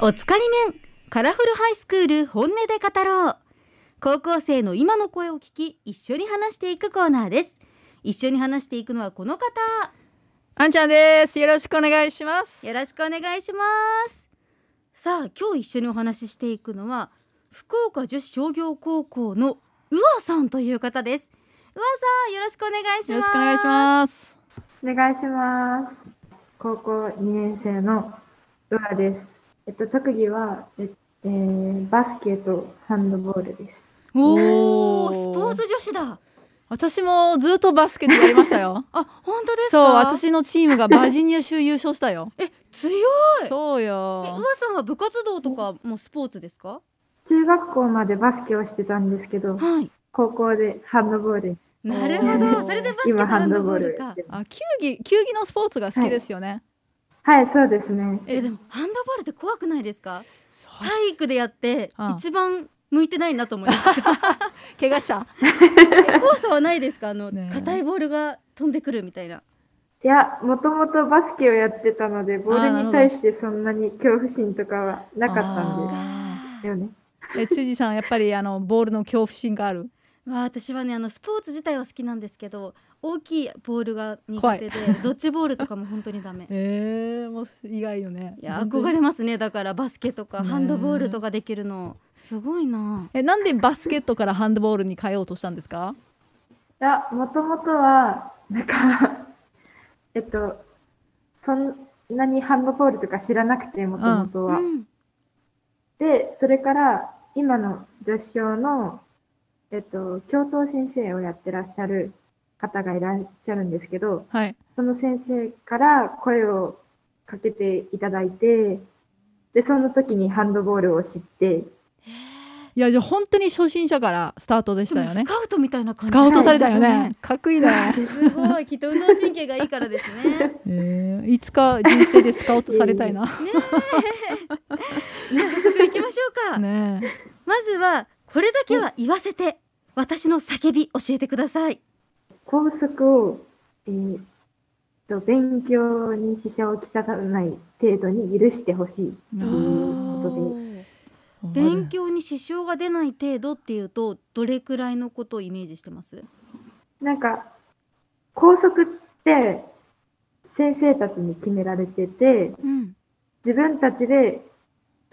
おつかり面カラフルハイスクール本音で語ろう高校生の今の声を聞き一緒に話していくコーナーです一緒に話していくのはこの方あんちゃんです。よろしくお願いします。よろしくお願いしますさあ今日一緒にお話ししていくのは福岡女子商業高校のうわさんという方ですうわさんよろしくお願いしますよろしくお願いします。お願いします。高校2年生のうわです。えっと、特技は、ええーバスケとハンドボールです。おおおースポーツ女子だ。私もずっとバスケットやりましたよ あ本当ですかそう、私のチームがバージニア州優勝したよ。え強いいそうえうわよ。さんは部活動とかもスポーツですか中学校までバスケをしてたんですけど、はい高校でハンドボール。なるほおーどそれでバスケッ今トハハンンドドボボーールルやっかてます。あ、球技、球技のスポーツが好きですよね。はい、そうですね。えでもハンドボールって怖くないですかそう体育でやってうん一番向いてないなと思いま した怪我した。え怖さはないですかあのねえ硬いボールが飛んでくるみたいないや、もともとバスケをやってたので、ボールに対してそんなに恐怖心とかはなかったんであすよね。ーえ、辻さん、やっぱりあのボールの恐怖心がある。まあ私はねあのスポーツ自体は好きなんですけど大きいボールが怖苦手いでドッジボールとかも本当にダ メええ、もう意外よねいや憧れますねだからバスケとかねえハンドボールとかできるのすごいなえ、なんでバスケットからハンドボールに変えようとしたんですか。いや、もともとは、なんか、えっと、そんなにハンドボールとか知らなくて、もともとうは。んで、それから、今の女子校の、えっと、教頭先生をやってらっしゃる方がいらっしゃるんですけど、はい。その先生から声をかけていただいて、で、その時にハンドボールを知って、いや、じゃ、本当に初心者からスタートでしたよでねも。スカウトみたいな感スじカウトされたよはいそうでね。かっこいいね。すねすごいきっと運動神経がいいからですねえーいつか人生でスカウトされたいな。じ ゃあ早速行きましょうか、 ねえまずはこれだけは言わせて、私の叫び教えてください校則を、えーっと、勉強に支障をきたさない程度に許してほしい。あー勉強に支障が出ない程度っていうとどれくらいのことをイメージしてますなんか、校則って、先生たちに決められてて、うん自分たちで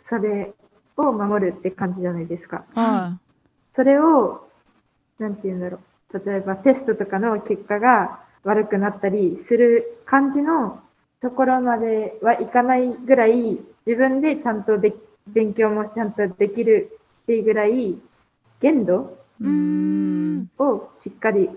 それを守るって感じじゃないですか。はそれを、なんて言うんだろう。例えばテストとかの結果が悪くなったりする感じのところまではいかないぐらい、自分でちゃんとでき勉強もちゃんとできるっていうぐらい、限度い。うーん。をしっかり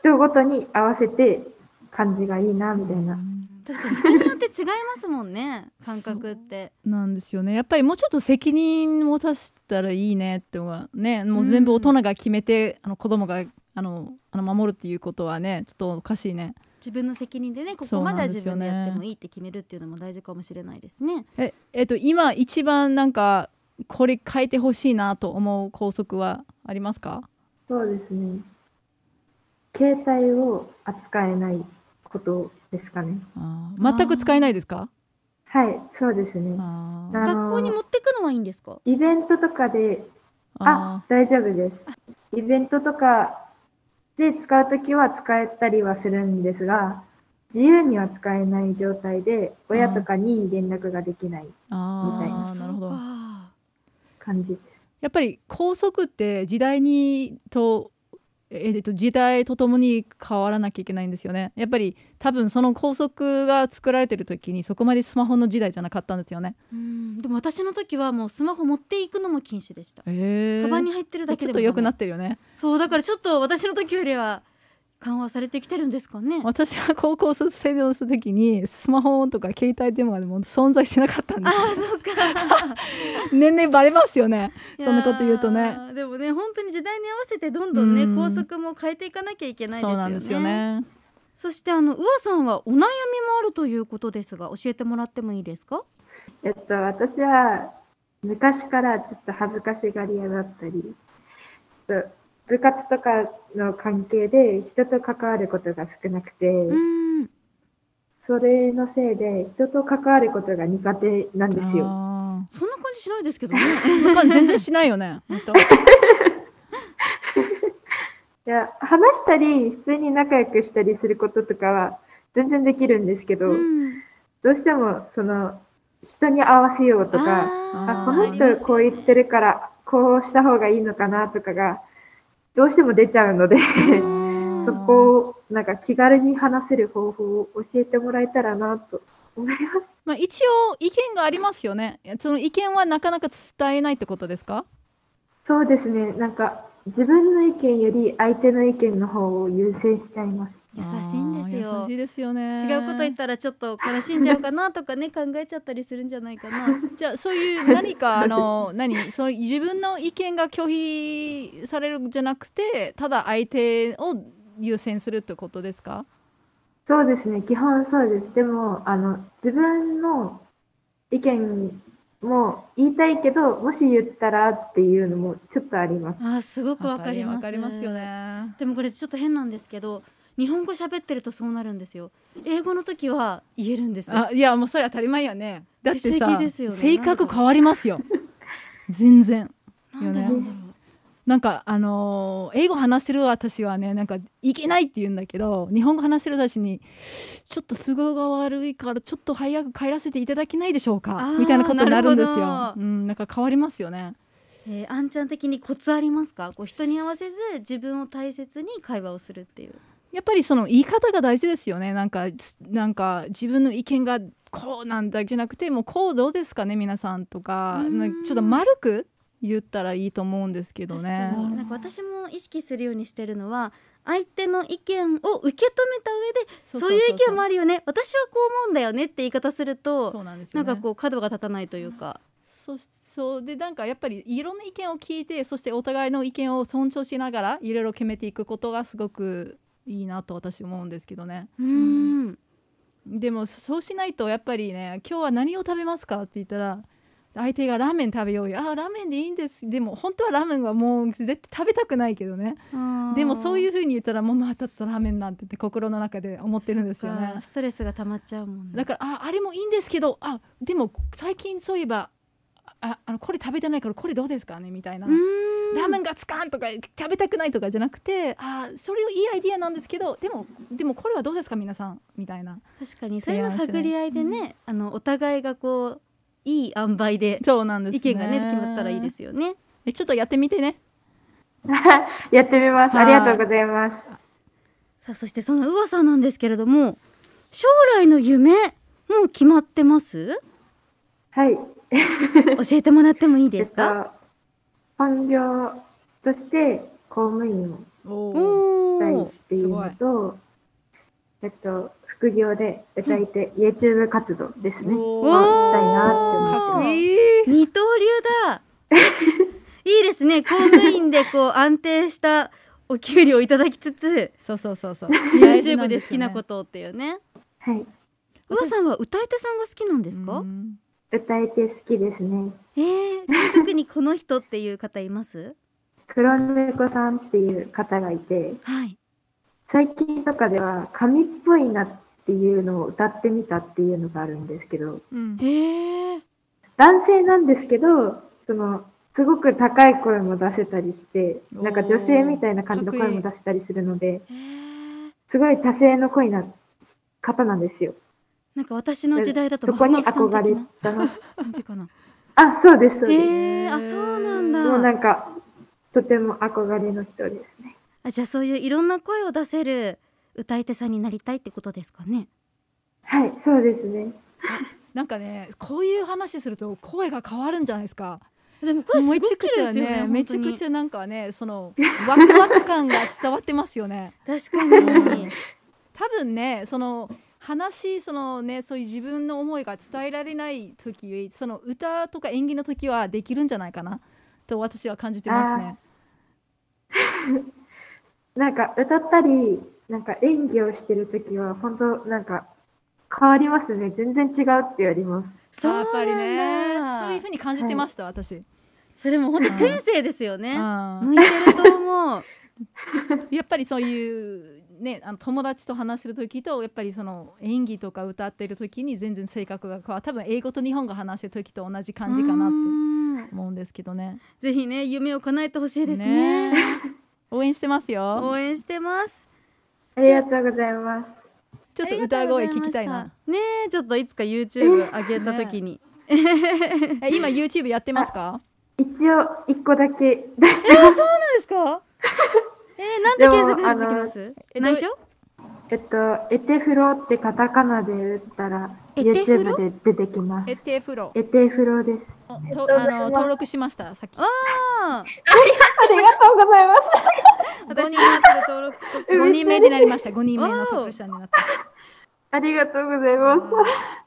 人ごとに合わせて感じがいいなみたいな。確かに人によって違いますもんね感覚ってなんですよね。やっぱりもうちょっと責任持たせたらいいねってのがね、もう全部大人が決めて、あの子供があのあの守るっていうことはね、ちょっとおかしいね。自分の責任でねこそこうなまんではで自すよ分ねでやってもいいって決めるっていうのも大事かもしれないですねええっと今一番なんかこれ変えてほしいなと思う校則はありますか？そうですね。携帯を扱えないことですかね。あー全く使えないですか？はい、そうですね。あーあのー学校に持ってくのはいいんですかイベントとかで、あ、大丈夫です。イベントとかで使うときは使えたりはするんですが、自由には使えない状態で、親とかに連絡ができないみたいあーなるほど。感じです。やっぱり校則って時代にとえっと時代とともに変わらなきゃいけないんですよね。やっぱり多分その校則が作られてる時にそこまでスマホの時代じゃなかったんですよね。うんでも私の時はもうスマホ持っていくのも禁止でしたへカバンに入ってるだけちょでもっと良くなダってるよね。メそうだからちょっと私の時よりは緩和されてきてるんですかね私は高校卒業する時にスマホとか携帯電話でも存在しなかったんあであすよ。ーそうか年々バレますよね。 そんなこと言うとねいやーでもね本当に時代に合わせてどんどんねうん校則も変えていかなきゃいけないですそうよねなんですよね。そしてあのうわさんはお悩みもあるということですが教えてもらってもいいですかえっと、私は昔からちょっと恥ずかしがり屋だったり、ちょっと部活とかの関係で人と関わることが少なくて、うんそれのせいで人と関わることが苦手なんですよ。あそんな感じしないですけどね そんな感じ全然しないよね。本当。いや、話したり、普通に仲良くしたりすることとかは、全然できるんですけど、うんどうしても、その、人に合わせようとか、あーーあ、この人こう言ってるから、こうした方がいいのかなとかが、どうしても出ちゃうので、うんそこを、なんか気軽に話せる方法を教えてもらえたらなと思います。まあ一応意見がありますよね。その意見はなかなか伝えないってことですか？そうですね、なんか、自分の意見より相手の意見の方を優先しちゃいます。優しいんですあー優よしいですよね。違うこと言ったらちょっと悲しんじゃうかなとかね考えちゃったりするんじゃないかなじゃあそういう何かあの 何そういう自分の意見が拒否されるんじゃなくてただ相手を優先するってことですかそうですね、基本そうです。でも、あの、自分の意見も言いたいけど、もし言ったらっていうのもちょっとあります。あーすごくわかりますわかりますよねでもこれちょっと変なんですけど日本語喋ってるとそうなるんですよ英語の時は言えるんですよあいやもうそれ当たり前やねだって不思議さ、ですよね性格変わりますよ全然なんでなんだろうなんかあのー英語話してる私はねなんかいけないって言うんだけど日本語話してる私にちょっと都合が悪いからちょっと早く帰らせていただけないでしょうあかーみたいなことになるんですなるよほ、どうん、なんか変わりますよねえー、あんちゃん的にコツありますかこう人に合わせず自分を大切に会話をするっていうやっぱりその言い方が大事ですよねなんかつなんか自分の意見がこうなんだじゃなくてもうこうどうですかね皆さんとかうんまあちょっと丸く言ったらいいと思うんですけど確かねになんか私も意識するようにしてるのは相手の意見を受け止めた上でそういう意見もあるよね私はこう思うんだよねって言い方するとそうなんですなよ、んね、かこう角が立たないというかそそうでなんかやっぱりいろんな意見を聞いてそしてお互いの意見を尊重しながらいろいろ決めていくことがすごくいいなと私思うんですけどねうーんでもそそうしないとやっぱりね今日は何を食べますかって言ったら相手がラーメン食べようよあーラーメンでいいんですでも本当はラーメンはもう絶対食べたくないけどねでもそういううふうに言ったらもうまたラーメンなんてって心の中で思ってるんですよねストレスが溜まっちゃうもんだねからああれもいいんですけどあでも最近そういえばああのこれ食べてないからこれどうですかねみたいな、うーんラーメンがつかんとか食べたくないとかじゃなくてあーそれをいいアイディアなんですけどでもでもこれはどうですか皆さんみたいな確かにそれの探り合いでねあのお互いがこういい塩梅でそうなんで意見がね決まったらいいですすよねえちょっとやってみてねやってみます。ありがとうございます。さあそしてそのうわさんなんですけれども将来の夢もう決まってますはい。教えてもらってもいいですえかっと、本業として公務員をおーおしたいーっていうのと、えっと、副業で歌い手、YouTube 活動ですね。おーしたいなってか思っってこます。いい二刀流だいいですね公務員でこう安定したお給料をいただきつつそうそうそう そう YouTube で好きなこととっていうねはい。うわさんは歌い手さんが好きなんですか歌い手好きですね。えー、特にこの人っていう方います黒猫さんっていう方がいて、はい最近とかでは神っぽいなっていうのを歌ってみたっていうのがあるんですけど、うんえー、男性なんですけど、その、すごく高い声も出せたりして、なんか女性みたいな感じの声も出せたりするので、えー、すごい多声の声な方なんですよ。なんか私の時代だとそこに憧れなたな。感じかなあ、そうです、そうえです。ー、あそうなんだもうなんか、とても憧れの人ですね。あじゃあそういういろんな声を出せる歌い手さんになりたいってことですかねはい、そうですね。なんかねこういう話すると声が変わるんじゃないですかでも声すごめいちゃく綺ち麗でゃすよねねめちゃくちゃゃなんかねそのワクワク感が伝わってますよね 確かに多分ねその話そのねそういう自分の思いが伝えられない時その歌とか演技の時はできるんじゃないかなと私は感じてますねなんか、歌ったり、なんか演技をしてるときは、本当なんか、変わりますね。全然違うってやります。 そうやっぱりねなんだそういうふうに感じてました、私、それも本当うん天性ですよねあ 向いてると思うやっぱりそういう、ね、あの友達と話してる時とやっぱりその演技とか歌ってる時に全然性格が変わる多分英語と日本語話してる時と同じ感じかなってて思うんですけどね。ぜひね夢を叶えてほしいですねね応援してます応よ。援してますありがとうございます。ちょっと歌声聞きたいな。ねえちょっといつか YouTube 上げた時 に、え今 YouTube やってますか？一応、一個だけ 出してます。そうですかえー、なんて検索出てきますでもあの内緒えっと、エテフロってカタカナで打ったら、エテフロ YouTube で出てきます。エテフロ。エテフロです。とあの登録しましたさっき。ああありがとうございます。私も後で登録しとく五人目になりました。五人目の登録者になった。ありがとうございます。